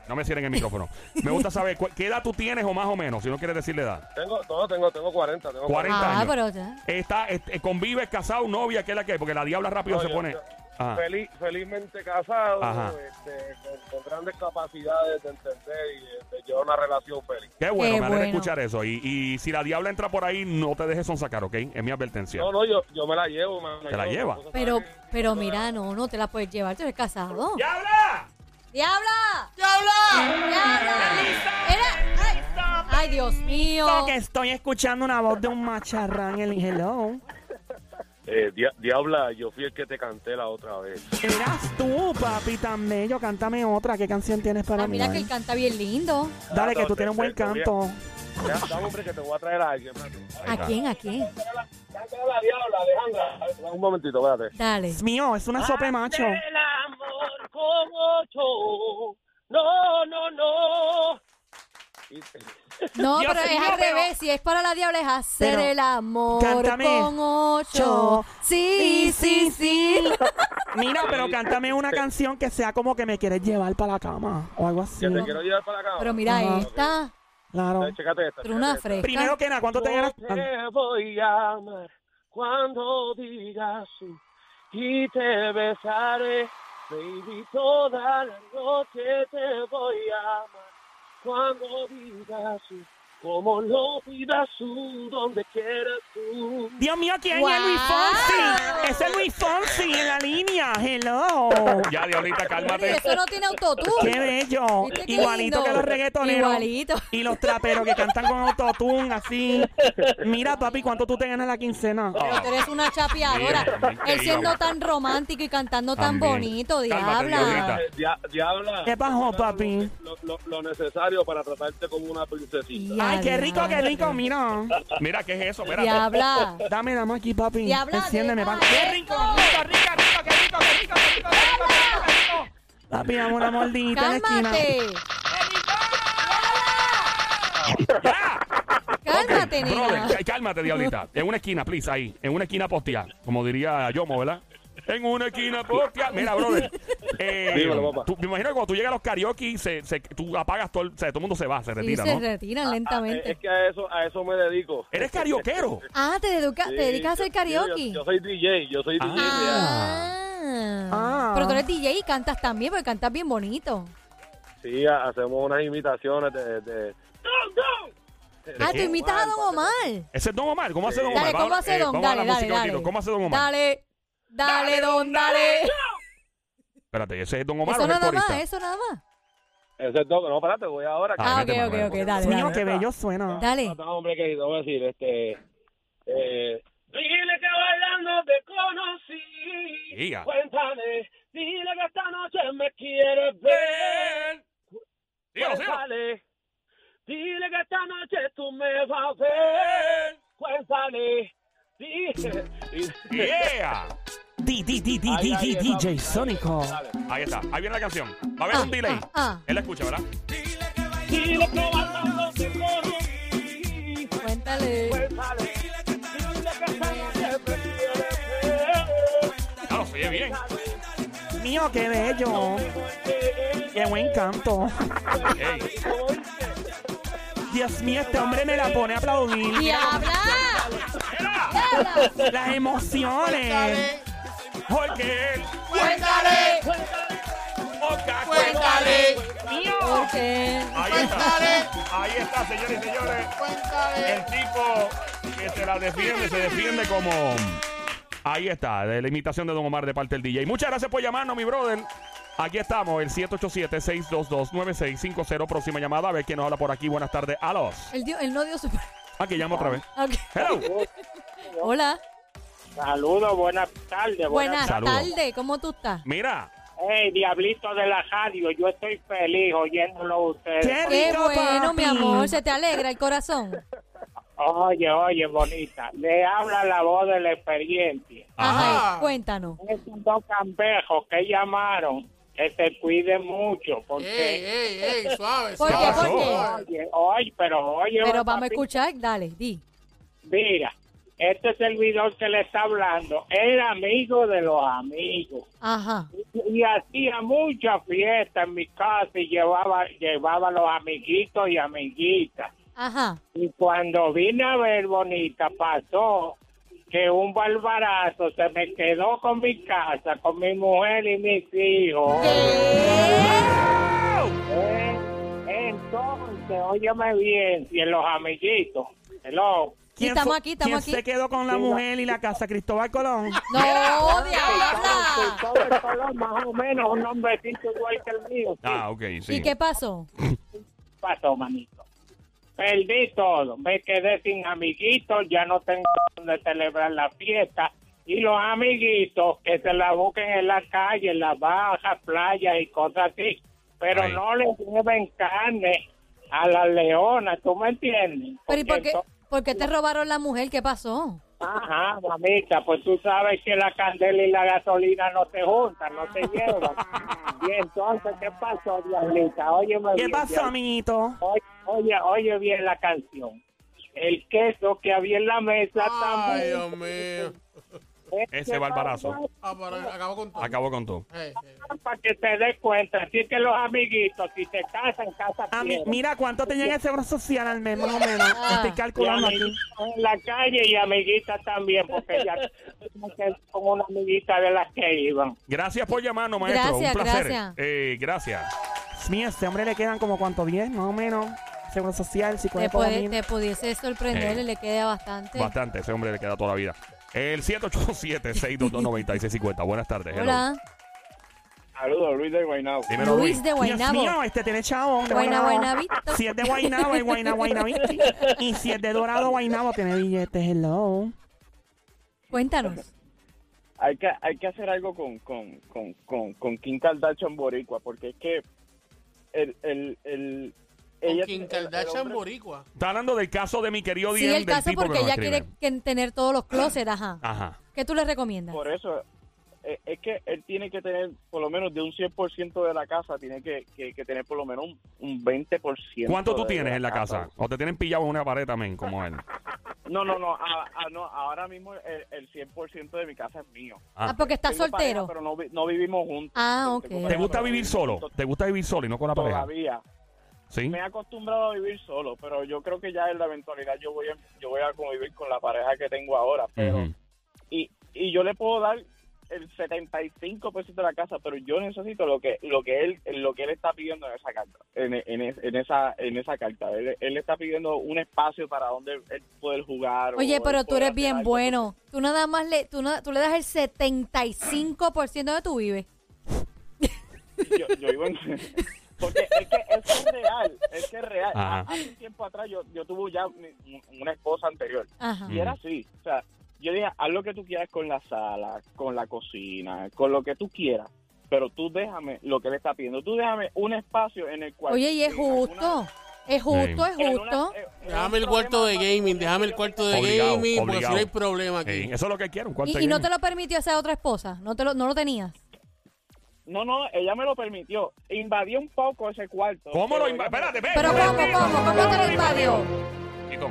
Speaker 1: No me cierren el micrófono. Me gusta saber cu- qué edad tú tienes o más o menos, si no quieres decirle edad.
Speaker 5: Tengo, no, tengo, tengo 40. Tengo
Speaker 1: 40
Speaker 2: ah,
Speaker 1: años.
Speaker 2: pero ya.
Speaker 1: Está, este, convives, casado, novia, ¿qué es la que? Porque la diabla rápido
Speaker 5: No,
Speaker 1: se
Speaker 5: yo-
Speaker 1: pone... Ah,
Speaker 5: yo-
Speaker 1: Ajá.
Speaker 5: Feliz, felizmente casado,
Speaker 1: Ajá.
Speaker 5: este, con, con grandes capacidades de entender y de, de llevar una relación feliz.
Speaker 1: Qué bueno,
Speaker 2: Qué
Speaker 1: me alegra
Speaker 2: bueno.
Speaker 1: escuchar eso. Y, y si la diabla entra por ahí, no te dejes sonsacar, ¿ok? Es mi advertencia.
Speaker 5: No, no, yo, yo me la llevo. Me
Speaker 1: ¿Te la
Speaker 5: llevo.
Speaker 1: lleva?
Speaker 5: Vosotros
Speaker 2: Pero,
Speaker 5: sabéis que-
Speaker 2: pero mira, no, no te la puedes llevar, tú eres casado.
Speaker 1: ¡Diabla!
Speaker 2: ¡Diabla!
Speaker 3: ¡Diabla!
Speaker 2: ¡Diabla! Era- ay, ¡Ay, Dios mío!
Speaker 6: que estoy escuchando una voz de un macharrán el hello.
Speaker 5: Eh, dia- Diabla, yo fui el que te canté la otra vez.
Speaker 6: Eras tú, papi, tan bello. Cántame otra. ¿Qué canción tienes para
Speaker 2: Ah,
Speaker 6: mí?
Speaker 2: mira que él canta bien lindo.
Speaker 6: Dale, que tú tienes un buen
Speaker 5: Te- te voy a-
Speaker 6: canto.
Speaker 5: Ya, dame, hombre, que te voy a traer a alguien. espérate.
Speaker 2: ¿A quién? ¿A quién?
Speaker 5: Cántale a la Diabla, Alejandra. Un momentito, espérate.
Speaker 2: Dale.
Speaker 6: Es mío, es una sopa de macho.
Speaker 7: El amor como yo. No, no, no.
Speaker 2: No,
Speaker 1: Dios
Speaker 2: pero es
Speaker 1: mío,
Speaker 2: al
Speaker 1: pero-
Speaker 2: revés. Si es para la diabla, es hacer
Speaker 6: Pero-
Speaker 2: el amor
Speaker 6: Cántame.
Speaker 2: con ocho.
Speaker 6: Yo.
Speaker 2: Sí, sí, sí.
Speaker 6: Mira, pero cántame una canción que sea como que me quieres llevar para la cama o algo así.
Speaker 5: Que te
Speaker 6: ¿no?
Speaker 5: quiero llevar para acá.
Speaker 2: Pero mira
Speaker 6: Ajá.
Speaker 2: esta.
Speaker 6: Claro.
Speaker 5: Dale, chécate esta.
Speaker 2: Truna
Speaker 5: chécate esta.
Speaker 2: fresca.
Speaker 6: Primero que nada, ¿cuánto te ganas?
Speaker 7: Yo te voy a amar cuando digas sí y te besaré, baby, toda la noche te voy a amar cuando digas sí, como lo pidas tú, donde quieras tú.
Speaker 6: Dios mío, ¿quién
Speaker 2: Wow.
Speaker 6: es Luis Fonsi? Ese es Luis Fonsi en la línea. Hello.
Speaker 1: Ya, diablita,
Speaker 2: Bueno, y
Speaker 1: cálmate.
Speaker 2: eso no tiene autotune.
Speaker 6: Qué bello.
Speaker 2: ¿Viste qué
Speaker 6: Igualito
Speaker 2: lindo?
Speaker 6: que los reggaetoneros.
Speaker 2: Igualito.
Speaker 6: Y los traperos que cantan con autotune, así. Mira, papi, ¿cuánto tú te ganas la quincena?
Speaker 2: Pero tú eres una
Speaker 1: Dios,
Speaker 2: chapeadora.
Speaker 1: increíble.
Speaker 2: Él siendo tan romántico y cantando tan
Speaker 1: También.
Speaker 2: bonito,
Speaker 1: Cálmate,
Speaker 2: diabla.
Speaker 1: Diablita.
Speaker 5: Eh, dia- Diabla.
Speaker 6: ¿Qué pasó,
Speaker 5: Lo-
Speaker 6: papi?
Speaker 5: Lo, lo- lo necesario para tratarte como una princesita.
Speaker 2: Ya,
Speaker 6: Ay, qué rico, qué
Speaker 2: diabla.
Speaker 6: rico, mira.
Speaker 1: Mira, ¿qué es eso? Espérate.
Speaker 2: Diabla.
Speaker 6: Dame, dame aquí, papi.
Speaker 2: Diabla,
Speaker 6: Enciéndeme,
Speaker 2: deja
Speaker 6: papi. Qué rico,
Speaker 2: eso.
Speaker 6: rico, rico, rico, qué rico, qué rico, qué rico, qué rico, qué rico, qué rico. Papi, dame una mordidita en la esquina.
Speaker 2: Cálmate.
Speaker 1: Ya.
Speaker 2: Cálmate,
Speaker 1: Ok,
Speaker 2: nena.
Speaker 1: brother, cá- cálmate, diablita. En una esquina, please, ahí. En una esquina postia. Como diría Yomo, ¿verdad? En una esquina postia. Mira, brother. eh,
Speaker 5: Dímelo, papá.
Speaker 1: tú- me imagino que cuando tú llegas a los karaoke, se, se- tú apagas todo. el- o sea, todo el mundo se va, se
Speaker 2: Y
Speaker 1: retira,
Speaker 2: se
Speaker 1: ¿no?
Speaker 2: retiran
Speaker 5: Eh,
Speaker 2: lentamente.
Speaker 5: Es que a eso, a eso me dedico.
Speaker 1: Eres karaokeero.
Speaker 2: Ah, te, dedica- te
Speaker 5: Sí,
Speaker 2: dedicas a hacer
Speaker 5: yo- yo-
Speaker 2: karaoke.
Speaker 5: Yo, soy DJ, yo soy DJ.
Speaker 1: Ah.
Speaker 2: Ah.
Speaker 6: Ah.
Speaker 2: Pero tú eres DJ y cantas también, porque cantas bien bonito.
Speaker 5: Sí, ha- hacemos unas imitaciones de... de-
Speaker 2: Ah,
Speaker 1: qué?
Speaker 2: tú imitas a Don Omar.
Speaker 1: Ese es Don Omar. ¿Cómo hace Don Omar?
Speaker 2: Dale, ¿cómo
Speaker 1: Vamos-
Speaker 2: hace
Speaker 1: eh,
Speaker 2: Don?
Speaker 1: vamos a
Speaker 2: Dale, dale,
Speaker 1: la música un
Speaker 2: dale.
Speaker 1: ratito. ¿Cómo hace Don Omar?
Speaker 2: Dale, dale, Don, dale.
Speaker 1: Espérate, ese es Don Omar.
Speaker 2: Eso
Speaker 1: o es el
Speaker 2: nada más,
Speaker 1: corista?
Speaker 2: eso nada más.
Speaker 5: Ese es todo. No, espérate, voy ahora. Ah,
Speaker 2: Ah, ok,
Speaker 1: vete,
Speaker 2: ok,
Speaker 1: mamá.
Speaker 2: ok, dale,
Speaker 6: Mío,
Speaker 2: dale.
Speaker 6: qué bello suena.
Speaker 2: Dale.
Speaker 7: Ah,
Speaker 5: No, hombre, querido, voy a decir, este... Eh,
Speaker 4: Dile que bailando te conocí.
Speaker 1: Guía.
Speaker 4: Cuéntale, dile que esta noche me quieres ver.
Speaker 1: Sigo, sigo.
Speaker 4: Cuéntale, Pues dile que esta noche tú me vas a ver. Cuéntale, dile.
Speaker 1: Yeah.
Speaker 6: Di, di, di, di,
Speaker 5: Ay,
Speaker 6: di,
Speaker 5: ay,
Speaker 6: di,
Speaker 5: ay,
Speaker 6: DJ
Speaker 5: ay,
Speaker 6: Sónico.
Speaker 5: dale.
Speaker 1: Ahí está. Ahí viene la canción. Va a haber un delay.
Speaker 2: ah, ah.
Speaker 1: Él la escucha, ¿verdad?
Speaker 4: Dile que bailando te conocí.
Speaker 2: Cuéntale.
Speaker 4: Cuéntale, dile que esta noche me quieres ver.
Speaker 1: Ya lo Ah, se oye bien.
Speaker 6: Mío, qué bello. Qué buen canto.
Speaker 1: Ey.
Speaker 6: Dios mío, este hombre me la pone a aplaudir.
Speaker 2: ¡Diabla!
Speaker 1: Mira,
Speaker 2: ¡Diabla!
Speaker 6: Las
Speaker 1: Eh.
Speaker 6: emociones.
Speaker 1: Porque él.
Speaker 3: Cuéntale,
Speaker 1: Oca-
Speaker 3: cuéntale,
Speaker 6: Mío.
Speaker 2: Ok.
Speaker 1: Ahí
Speaker 3: Cuéntale.
Speaker 1: está. Ahí está, señores y señores.
Speaker 3: cuéntale.
Speaker 1: El tipo que se la defiende, se defiende como. Ahí está, de la imitación de Don Omar de parte del DJ. Muchas gracias por llamarnos, mi brother. Aquí estamos, el 787-622-9650. Próxima llamada, a ver quién nos habla por aquí. Buenas tardes a los.
Speaker 2: Él, dio, él no dio su...
Speaker 1: Aquí llamo otra vez.
Speaker 2: Ok.
Speaker 1: Hello.
Speaker 2: Hola.
Speaker 4: Saludos, buenas tardes.
Speaker 2: Buenas
Speaker 1: Saludos.
Speaker 2: tardes. ¿Cómo tú estás?
Speaker 1: Mira,
Speaker 4: Hey, diablito de la radio, yo estoy feliz oyéndolo a ustedes.
Speaker 6: Qué
Speaker 2: Qué
Speaker 6: rico,
Speaker 2: bueno, mi
Speaker 6: papi.
Speaker 2: amor. Se te alegra el corazón.
Speaker 4: Oye, oye, bonita, le habla la voz de la experiencia.
Speaker 1: Ajá.
Speaker 2: Ajá. Cuéntanos.
Speaker 4: Esos dos campejos que llamaron, que se cuiden mucho,
Speaker 3: Ey,
Speaker 2: Eh,
Speaker 4: porque...
Speaker 3: ey, ey, suave,
Speaker 2: ¿Por
Speaker 1: qué?
Speaker 3: suave.
Speaker 1: ¿Por qué?
Speaker 4: Oye, oye, pero oye...
Speaker 2: Pero vamos a
Speaker 4: papi,
Speaker 2: escuchar. Dale, di.
Speaker 4: Mira, este servidor que le está hablando era amigo de los amigos.
Speaker 2: Ajá.
Speaker 4: y hacía mucha fiesta en mi casa y llevaba llevaba los amiguitos y amiguitas
Speaker 2: Ajá.
Speaker 4: y cuando vine a ver bonita pasó que un barbarazo se me quedó con mi casa con mi mujer y mis hijos Eh, entonces óyeme bien si en los amiguitos hello
Speaker 2: Sí, estamos
Speaker 6: fue-
Speaker 2: aquí, estamos
Speaker 6: quién
Speaker 2: aquí.
Speaker 6: se quedó con la mujer y la casa? Cristóbal Colón.
Speaker 2: No, diabla.
Speaker 4: todo el color más o menos un hombrecito igual que el mío
Speaker 1: Ah, ok, sí.
Speaker 2: ¿Y qué pasó?
Speaker 4: pasó, manito? Perdí todo, me quedé sin amiguitos, ya no tengo donde celebrar la fiesta. Y los amiguitos que se la busquen en la calle, en las bajas, playas y cosas así. Pero
Speaker 1: Ay.
Speaker 4: no les lleven carne a las leonas, ¿tú me entiendes?
Speaker 2: Pero ¿y por
Speaker 4: Porque
Speaker 2: qué,
Speaker 4: entonces-
Speaker 2: por qué te robaron la mujer? ¿Qué pasó?
Speaker 4: Ajá, mamita, pues tú sabes que la candela y la gasolina no se juntan, no se llevan. y entonces, ¿qué pasó, Diablita? Óyeme
Speaker 6: ¿Qué
Speaker 4: bien,
Speaker 6: pasó,
Speaker 4: Diablita.
Speaker 6: amiguito?
Speaker 4: Oye, oye, oye bien la canción. El queso que había en la mesa
Speaker 3: Ay,
Speaker 4: también. Este
Speaker 3: Dios mío.
Speaker 1: Ese barbarazo.
Speaker 3: Ah, para, acabo con todo.
Speaker 1: Acabó con todo.
Speaker 3: Ey, ey.
Speaker 4: Para que te des cuenta. Así que los amiguitos, si te casan, casa
Speaker 6: A mí-
Speaker 4: quieren.
Speaker 6: mira, ¿cuánto te llega el seguro social al mes, más o menos?
Speaker 2: Ah.
Speaker 6: Estoy
Speaker 4: Y
Speaker 6: calculando aquí.
Speaker 4: amiguitos en la calle y amiguitas también, porque ya con una amiguita de las que iban.
Speaker 1: Gracias por llamarnos, maestro.
Speaker 2: Gracias,
Speaker 1: Un placer.
Speaker 2: gracias.
Speaker 1: Eh, gracias.
Speaker 6: Dios mío, a este hombre le quedan como cuánto, 10, más o menos. Seguro social,
Speaker 2: Te,
Speaker 6: 50
Speaker 2: puede-
Speaker 6: mil.
Speaker 2: te pudiese sorprender,
Speaker 1: Eh.
Speaker 2: le queda bastante.
Speaker 1: Bastante. Ese hombre le queda toda la vida. El 787-622-9650. Buenas tardes. hello.
Speaker 2: Hola,
Speaker 5: Saludos, Luis de Guaynabo.
Speaker 1: Dímelo, Luis.
Speaker 2: Luis de
Speaker 6: Dios
Speaker 2: Guaynabo.
Speaker 6: mío, este tiene chavo. de
Speaker 2: Guayna-
Speaker 6: Guaynabo.
Speaker 2: Guaynabito.
Speaker 6: Si es de Guaynabo, hay Guayna, Guaynabito. Y si es de Dorado, Guaynabo, tiene billetes. Hello.
Speaker 2: Cuéntanos.
Speaker 5: Hay que, hay que hacer algo con, con, con, con, con Kim Kardashian Boricua, porque es que el... el, el
Speaker 3: Con
Speaker 5: ella-
Speaker 3: Kim
Speaker 5: el- el
Speaker 3: Kardashian
Speaker 5: hombre-
Speaker 3: Boricua.
Speaker 1: Está hablando del caso de mi querido
Speaker 2: Sí,
Speaker 1: Diem,
Speaker 2: el
Speaker 1: del
Speaker 2: caso
Speaker 1: tipo
Speaker 2: porque
Speaker 1: que nos
Speaker 2: ella
Speaker 1: escribe. Ah.
Speaker 2: quiere que- tener todos los closets, ajá.
Speaker 1: Ajá.
Speaker 2: ¿Qué tú le recomiendas?
Speaker 5: Por eso, eh, es que él tiene que tener, por lo menos de un 100% de la casa, tiene que, que, que tener por lo menos un, un 20%.
Speaker 1: ¿Cuánto tú
Speaker 5: de
Speaker 1: tienes en la casa? O te tienen pillado en una pared también, como él.
Speaker 5: No, no, no, a- a- no, ahora mismo el, el 100% de mi casa es mío.
Speaker 1: Ah.
Speaker 2: Ah, porque estás
Speaker 5: Tengo pareja,
Speaker 2: soltero.
Speaker 5: pero no, vi- no vivimos juntos.
Speaker 2: Ah,
Speaker 5: Tengo
Speaker 2: ok.
Speaker 5: pareja,
Speaker 1: ¿Te gusta
Speaker 5: pero
Speaker 1: vivir
Speaker 5: vivimos
Speaker 1: solo?
Speaker 5: juntos
Speaker 1: ¿Te gusta vivir solo y no con la pareja?
Speaker 5: Todavía.
Speaker 1: Sí.
Speaker 5: Me he acostumbrado a vivir solo, pero yo creo que ya en la eventualidad yo voy a, yo voy a convivir con la pareja que tengo ahora. Pero,
Speaker 1: Ujú.
Speaker 5: y, y yo le puedo dar el 75% de la casa, pero yo necesito lo que lo que él lo que él está pidiendo en esa carta, en, en es- en esa en esa carta. Él, él está pidiendo un espacio para donde él poder jugar. o
Speaker 2: Oye,
Speaker 5: él
Speaker 2: pero tú
Speaker 5: poder
Speaker 2: eres
Speaker 5: hacer
Speaker 2: bien
Speaker 5: algo.
Speaker 2: bueno. Tú nada más le, tú, na- tú le das el 75% de tu vive.
Speaker 5: Yo, yo vivo en-
Speaker 4: Porque es que, es que es real, es que es real.
Speaker 1: Ajá.
Speaker 4: Hace un tiempo atrás yo, yo tuve ya un- una esposa anterior.
Speaker 2: Ajá.
Speaker 4: Y era así. O sea, yo dije, haz lo que tú quieras con la sala, con la cocina, con lo que tú quieras. Pero tú déjame lo que él está pidiendo. Tú déjame un espacio en el cual.
Speaker 2: Oye, y es
Speaker 4: en alguna-
Speaker 2: justo. Es justo, es
Speaker 4: en una-
Speaker 2: justo.
Speaker 4: en- en
Speaker 3: Déjame
Speaker 4: un
Speaker 3: el cuarto de
Speaker 4: problema más
Speaker 3: gaming,
Speaker 4: grande
Speaker 3: déjame
Speaker 4: que
Speaker 3: el
Speaker 4: yo
Speaker 3: cuarto de
Speaker 1: Obligado,
Speaker 3: gaming, porque si
Speaker 1: obligado.
Speaker 3: no hay problema
Speaker 1: Ey,
Speaker 3: aquí.
Speaker 1: eso es lo que quiero, un cuarto
Speaker 2: Y,
Speaker 1: de
Speaker 2: y no
Speaker 1: gaming.
Speaker 2: te lo permitió esa otra esposa. No, te lo, no lo tenías.
Speaker 4: No, no, ella me lo permitió. Invadió un poco ese cuarto.
Speaker 1: ¿Cómo lo
Speaker 4: Pero
Speaker 1: invadió?
Speaker 4: ella me
Speaker 1: Espérate, ve.
Speaker 2: Pero ¿cómo, cómo? ¿Cómo te lo invadió?
Speaker 1: Chico.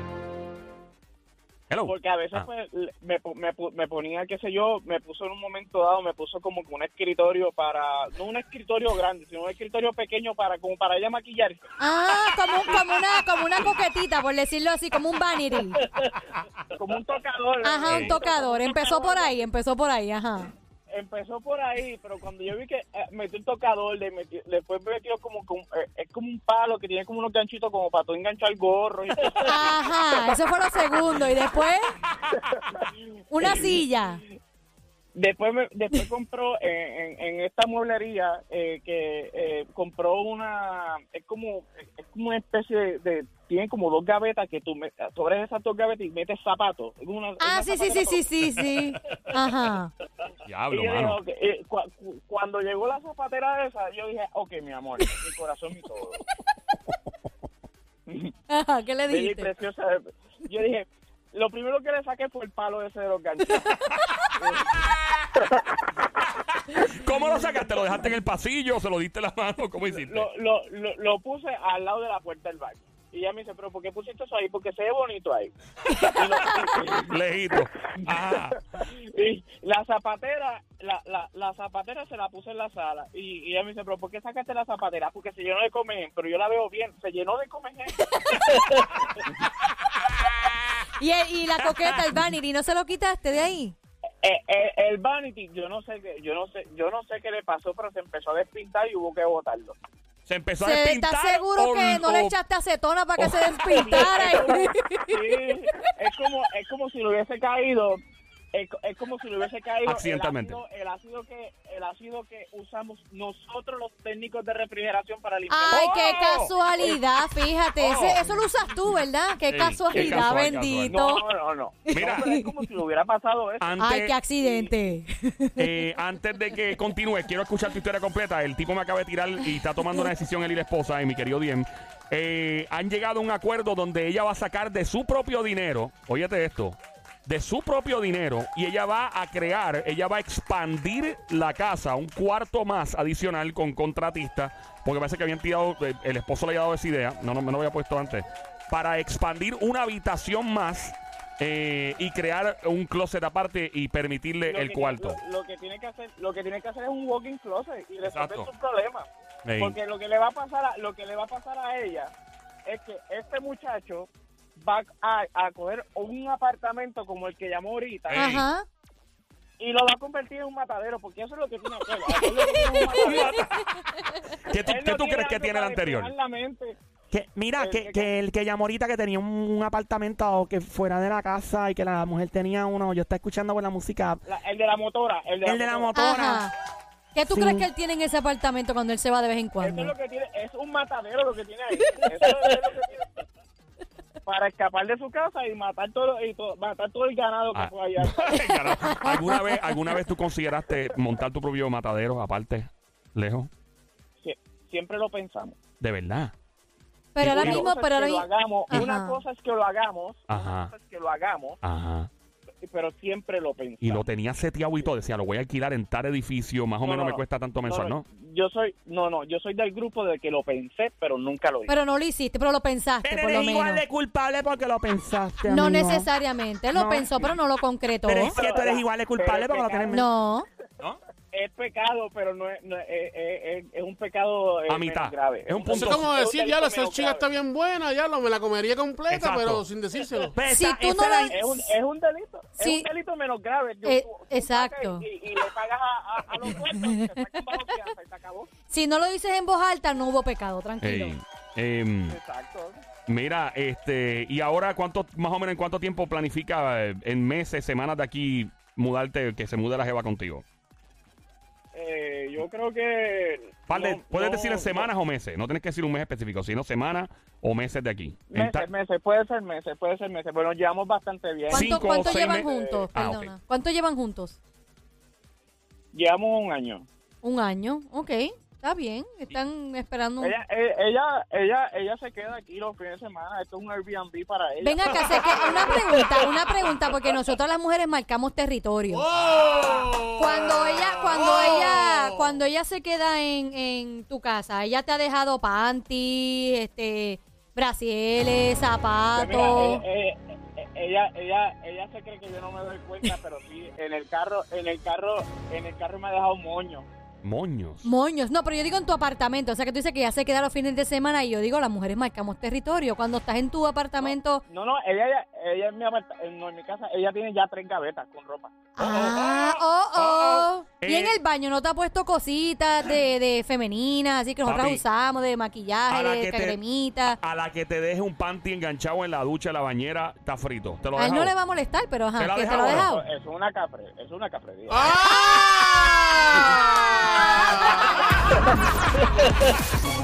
Speaker 1: Hello.
Speaker 4: Porque a veces
Speaker 1: Ah.
Speaker 4: pues, le- me, po- me, po- me ponía, qué sé yo, me puso en un momento dado, me puso como que un escritorio para, no un escritorio grande, sino un escritorio pequeño para como para ella maquillarse.
Speaker 2: Ah, como, un- como, una, como una coquetita, por decirlo así, como un vanity.
Speaker 4: como un tocador.
Speaker 2: Ajá, un tocador. Empezó por ahí, empezó por ahí, ajá.
Speaker 4: Empezó por ahí, pero cuando yo vi que eh, metió un tocador, le metió- después metió como, como, eh, es como un palo que tiene como unos ganchitos como para tú enganchar gorro. Y
Speaker 2: Ajá, eso fue lo segundo. Y después, una silla.
Speaker 4: después me- después compró eh, en, en esta mueblería eh, que eh, compró una, es como, es como una especie de, de- tiene como dos gavetas que tú me, sobre esas dos gavetas y metes zapatos. Es una- es
Speaker 2: Ah,
Speaker 4: una
Speaker 2: sí, sí, sí,
Speaker 4: zapatera
Speaker 2: sí, sí, sí. Ajá.
Speaker 1: Diablo,
Speaker 4: Y yo dije,
Speaker 1: mano.
Speaker 4: ok, eh, cua- cu- cuando llegó la zapatera esa, yo dije, ok, mi amor, mi corazón y todo.
Speaker 2: Ajá, ¿qué le
Speaker 4: Baby
Speaker 2: dijiste?
Speaker 4: preciosa. Yo dije, lo primero que le saqué fue el palo ese de los ganchos.
Speaker 1: ¿Cómo lo sacaste? ¿Lo dejaste en el pasillo? ¿Se lo diste la mano? ¿Cómo hiciste?
Speaker 4: lo, lo, lo, lo puse al lado de la puerta del baño. Y ella me dice, pero ¿por qué pusiste eso ahí? Porque se ve bonito ahí. Y,
Speaker 1: Lejito. Ajá.
Speaker 4: lo- y la zapatera, la, la, la zapatera se la puse en la sala. Y, y ella me dice, pero ¿por qué sacaste la zapatera? Porque se llenó de comején, pero yo la veo bien, se llenó de comején.
Speaker 2: Y, e, y la coqueta, el vanity, ¿no se lo quitaste de ahí?
Speaker 4: Eh, eh, el vanity, yo no sé qué, yo no sé, yo no sé qué le pasó, pero se empezó a despintar y hubo que botarlo.
Speaker 1: Se empezó a
Speaker 2: ¿Se-
Speaker 1: despintar.
Speaker 2: ¿Estás seguro
Speaker 1: o-
Speaker 2: que no le
Speaker 1: o-
Speaker 2: echaste acetona para que se despintara? Y-
Speaker 4: Sí, es como, es como si le hubiese caído, es, co- es como si le hubiese caído el
Speaker 1: Accidentalmente.
Speaker 4: ácido- El, ácido, que, el ácido que usamos nosotros los técnicos de refrigeración para limpiar.
Speaker 2: Ay, qué
Speaker 1: ¡Oh!
Speaker 2: casualidad, fíjate. Ese- eso lo usas tú, ¿verdad? Qué
Speaker 1: Sí, qué
Speaker 2: casualidad,
Speaker 1: casual,
Speaker 2: bendito.
Speaker 4: No, no, no, no.
Speaker 1: Mira.
Speaker 4: No, pero es como si le hubiera pasado eso.
Speaker 1: Antes,
Speaker 2: Ay, qué accidente.
Speaker 1: eh, antes de que continúes, quiero escuchar tu historia completa. El tipo me acaba de tirar y está tomando una decisión él y la esposa, y mi querido Diem. Eh, han llegado a un acuerdo donde ella va a sacar de su propio dinero, óyete esto, de su propio dinero, y ella va a crear, ella va a expandir la casa, un cuarto más adicional con contratista, porque parece que habían tirado, eh, el esposo le había dado esa idea, no, no me lo había puesto antes, para expandir una habitación más. eh, y crear un closet aparte y permitirle
Speaker 4: Lo
Speaker 1: el
Speaker 4: que-
Speaker 1: cuarto.
Speaker 4: Lo, lo que tiene que hacer, lo que tiene que hacer es un walking closet y resolver
Speaker 1: Exacto.
Speaker 4: sus problemas.
Speaker 1: Ey.
Speaker 4: Porque lo que le va a pasar a, lo que le va a pasar a ella es que este muchacho va a, a coger un apartamento como el que llamó ahorita
Speaker 1: Ey.
Speaker 2: Ajá.
Speaker 4: y lo va a convertir en un matadero porque eso es lo que tiene aquel. aquel lo que tiene es un matadero.
Speaker 1: ¿Qué tú,
Speaker 4: Él
Speaker 1: qué
Speaker 4: no
Speaker 1: tú crees que
Speaker 4: algo
Speaker 1: tiene el
Speaker 4: para
Speaker 1: anterior?
Speaker 4: despejar la mente.
Speaker 6: Que, mira,
Speaker 4: El
Speaker 6: que,
Speaker 4: que-
Speaker 6: que el que llamó ahorita que tenía un, un apartamento que fuera de la casa y que la mujer tenía uno. Yo estaba escuchando por la música.
Speaker 4: La- el de la motora, el de
Speaker 6: El de la
Speaker 4: motora.
Speaker 2: Ajá. ¿Qué tú
Speaker 6: Sí.
Speaker 2: crees que él tiene en ese apartamento cuando él se va de vez en
Speaker 4: Eso es
Speaker 2: cuando?
Speaker 4: lo que tiene, es un matadero lo que tiene ahí. Eso es lo que tiene. Para escapar de su casa y matar todo y to- matar todo el ganado que
Speaker 1: Ah.
Speaker 4: fue allá.
Speaker 1: Claro. ¿Alguna, vez, ¿Alguna vez tú consideraste montar tu propio matadero aparte, lejos?
Speaker 4: Sie- Siempre lo pensamos.
Speaker 1: De verdad.
Speaker 2: Pero ahora
Speaker 4: Una
Speaker 2: mismo,
Speaker 4: cosa es
Speaker 2: pero
Speaker 4: que
Speaker 2: ahora
Speaker 4: lo
Speaker 2: mismo.
Speaker 4: hagamos,
Speaker 2: Ajá.
Speaker 4: una cosa es que lo hagamos,
Speaker 1: Ajá.
Speaker 4: una cosa es que lo hagamos,
Speaker 1: Ajá.
Speaker 4: pero siempre lo pensamos.
Speaker 1: Y lo tenía seteado y todo. Decía, lo voy a alquilar en tal edificio. Más o
Speaker 4: No,
Speaker 1: menos
Speaker 4: no,
Speaker 1: me
Speaker 4: no.
Speaker 1: cuesta tanto mensual, ¿no?
Speaker 4: Yo soy, no, no, yo soy del grupo de que lo pensé, pero nunca lo hice.
Speaker 2: Pero no lo hiciste, pero lo pensaste,
Speaker 6: Pero
Speaker 2: por lo
Speaker 6: eres igual
Speaker 2: menos.
Speaker 6: de culpable porque lo pensaste.
Speaker 2: No
Speaker 6: amigo.
Speaker 2: necesariamente. Él lo
Speaker 6: No.
Speaker 2: pensó, pero no lo concretó.
Speaker 6: Pero es que tú eres igual de culpable
Speaker 4: Pero
Speaker 6: porque
Speaker 4: es
Speaker 6: lo tienes en
Speaker 2: No.
Speaker 4: es pecado, pero no es, no es, es- es- es un pecado eh,
Speaker 1: A mitad.
Speaker 4: menos grave.
Speaker 1: Es un
Speaker 3: Eso
Speaker 1: punto.
Speaker 3: es como
Speaker 4: es un
Speaker 3: decir,
Speaker 4: delito
Speaker 3: ya la
Speaker 4: menos
Speaker 3: esa chica
Speaker 4: grave.
Speaker 3: está bien buena, ya lo, me la comería completa,
Speaker 1: Exacto.
Speaker 3: pero sin decírselo.
Speaker 6: Pues
Speaker 2: Si
Speaker 6: esa-
Speaker 2: tú
Speaker 6: esa
Speaker 2: no
Speaker 6: era-
Speaker 2: lo-
Speaker 4: Es un, es un delito,
Speaker 2: Sí.
Speaker 4: es un delito menos grave. Yo-
Speaker 2: Eh,
Speaker 4: tú- tú
Speaker 2: exacto.
Speaker 4: sacas Y, y le pagas a, a, a los muertos y te sacan bajo fianza y se acabó.
Speaker 2: Si no lo dices en voz alta, no hubo pecado, tranquilo.
Speaker 1: Ey, em,
Speaker 4: Exacto.
Speaker 1: mira, este. ¿Y ahora cuánto, más o menos en cuánto tiempo planifica eh, en meses, semanas de aquí mudarte, que se mude la Jeva contigo?
Speaker 4: Eh, yo
Speaker 5: yo creo que.
Speaker 1: Par de-
Speaker 5: no-
Speaker 1: puedes
Speaker 5: no-
Speaker 1: decir en semanas o meses. No tienes que decir un mes específico, sino semanas o meses de aquí.
Speaker 5: no.
Speaker 1: En ta-
Speaker 5: Meses, meses, puede ser meses, puede ser meses. Bueno, llevamos bastante bien.
Speaker 1: Sí.
Speaker 2: ¿Cuánto,
Speaker 1: cinco o
Speaker 2: cuánto
Speaker 1: seis
Speaker 2: llevan
Speaker 1: meses.
Speaker 2: juntos?
Speaker 1: Ah, ok.
Speaker 2: Perdona. ¿Cuánto llevan juntos?
Speaker 5: Llevamos un año.
Speaker 2: Un año. Ok, está bien. Están esperando. un-
Speaker 5: Ella, eh, ella, ella, ella se queda aquí los fines de semana. Esto es un Airbnb para ella.
Speaker 2: Ven acá, sé que una pregunta, una pregunta, porque nosotras las mujeres marcamos territorio.
Speaker 1: ¡Oh!
Speaker 2: Cuando ella, cuando ella, cuando ella se queda en, en tu casa, ella te ha dejado panty, este, brasieles,
Speaker 5: Pues mira,
Speaker 2: zapatos.
Speaker 5: eh, eh, eh, ella, ella, ella se cree que yo no me doy cuenta, pero sí, en el carro, en el carro, en el carro me ha dejado moño.
Speaker 1: Moños.
Speaker 2: Moños, no, pero yo digo en tu apartamento, o sea que tú dices que ya se queda los fines de semana y yo digo las mujeres marcamos territorio. Cuando estás en tu apartamento,
Speaker 5: No, no, ella, ella, ella en, mi apart- en- no, en mi casa, ella tiene ya tres gavetas con ropa.
Speaker 2: ah, oh, oh.
Speaker 1: oh.
Speaker 2: Y en
Speaker 1: Eh.
Speaker 2: el baño no te ha puesto cositas de, de femeninas, así que nosotras
Speaker 1: Papi,
Speaker 2: usamos de maquillaje,
Speaker 1: a la
Speaker 2: de
Speaker 1: que te-
Speaker 2: cremita.
Speaker 1: A la que te deje un panty enganchado en la ducha, en la bañera, está frito. Te lo
Speaker 2: A él no
Speaker 1: dejamos.
Speaker 2: le va a molestar, pero ajá,
Speaker 1: ¿Te lo eh, ha
Speaker 2: ¿qué te lo ha
Speaker 1: dejado?
Speaker 2: dejado?
Speaker 5: Es una capre, es una caprería.
Speaker 3: ¡Ah!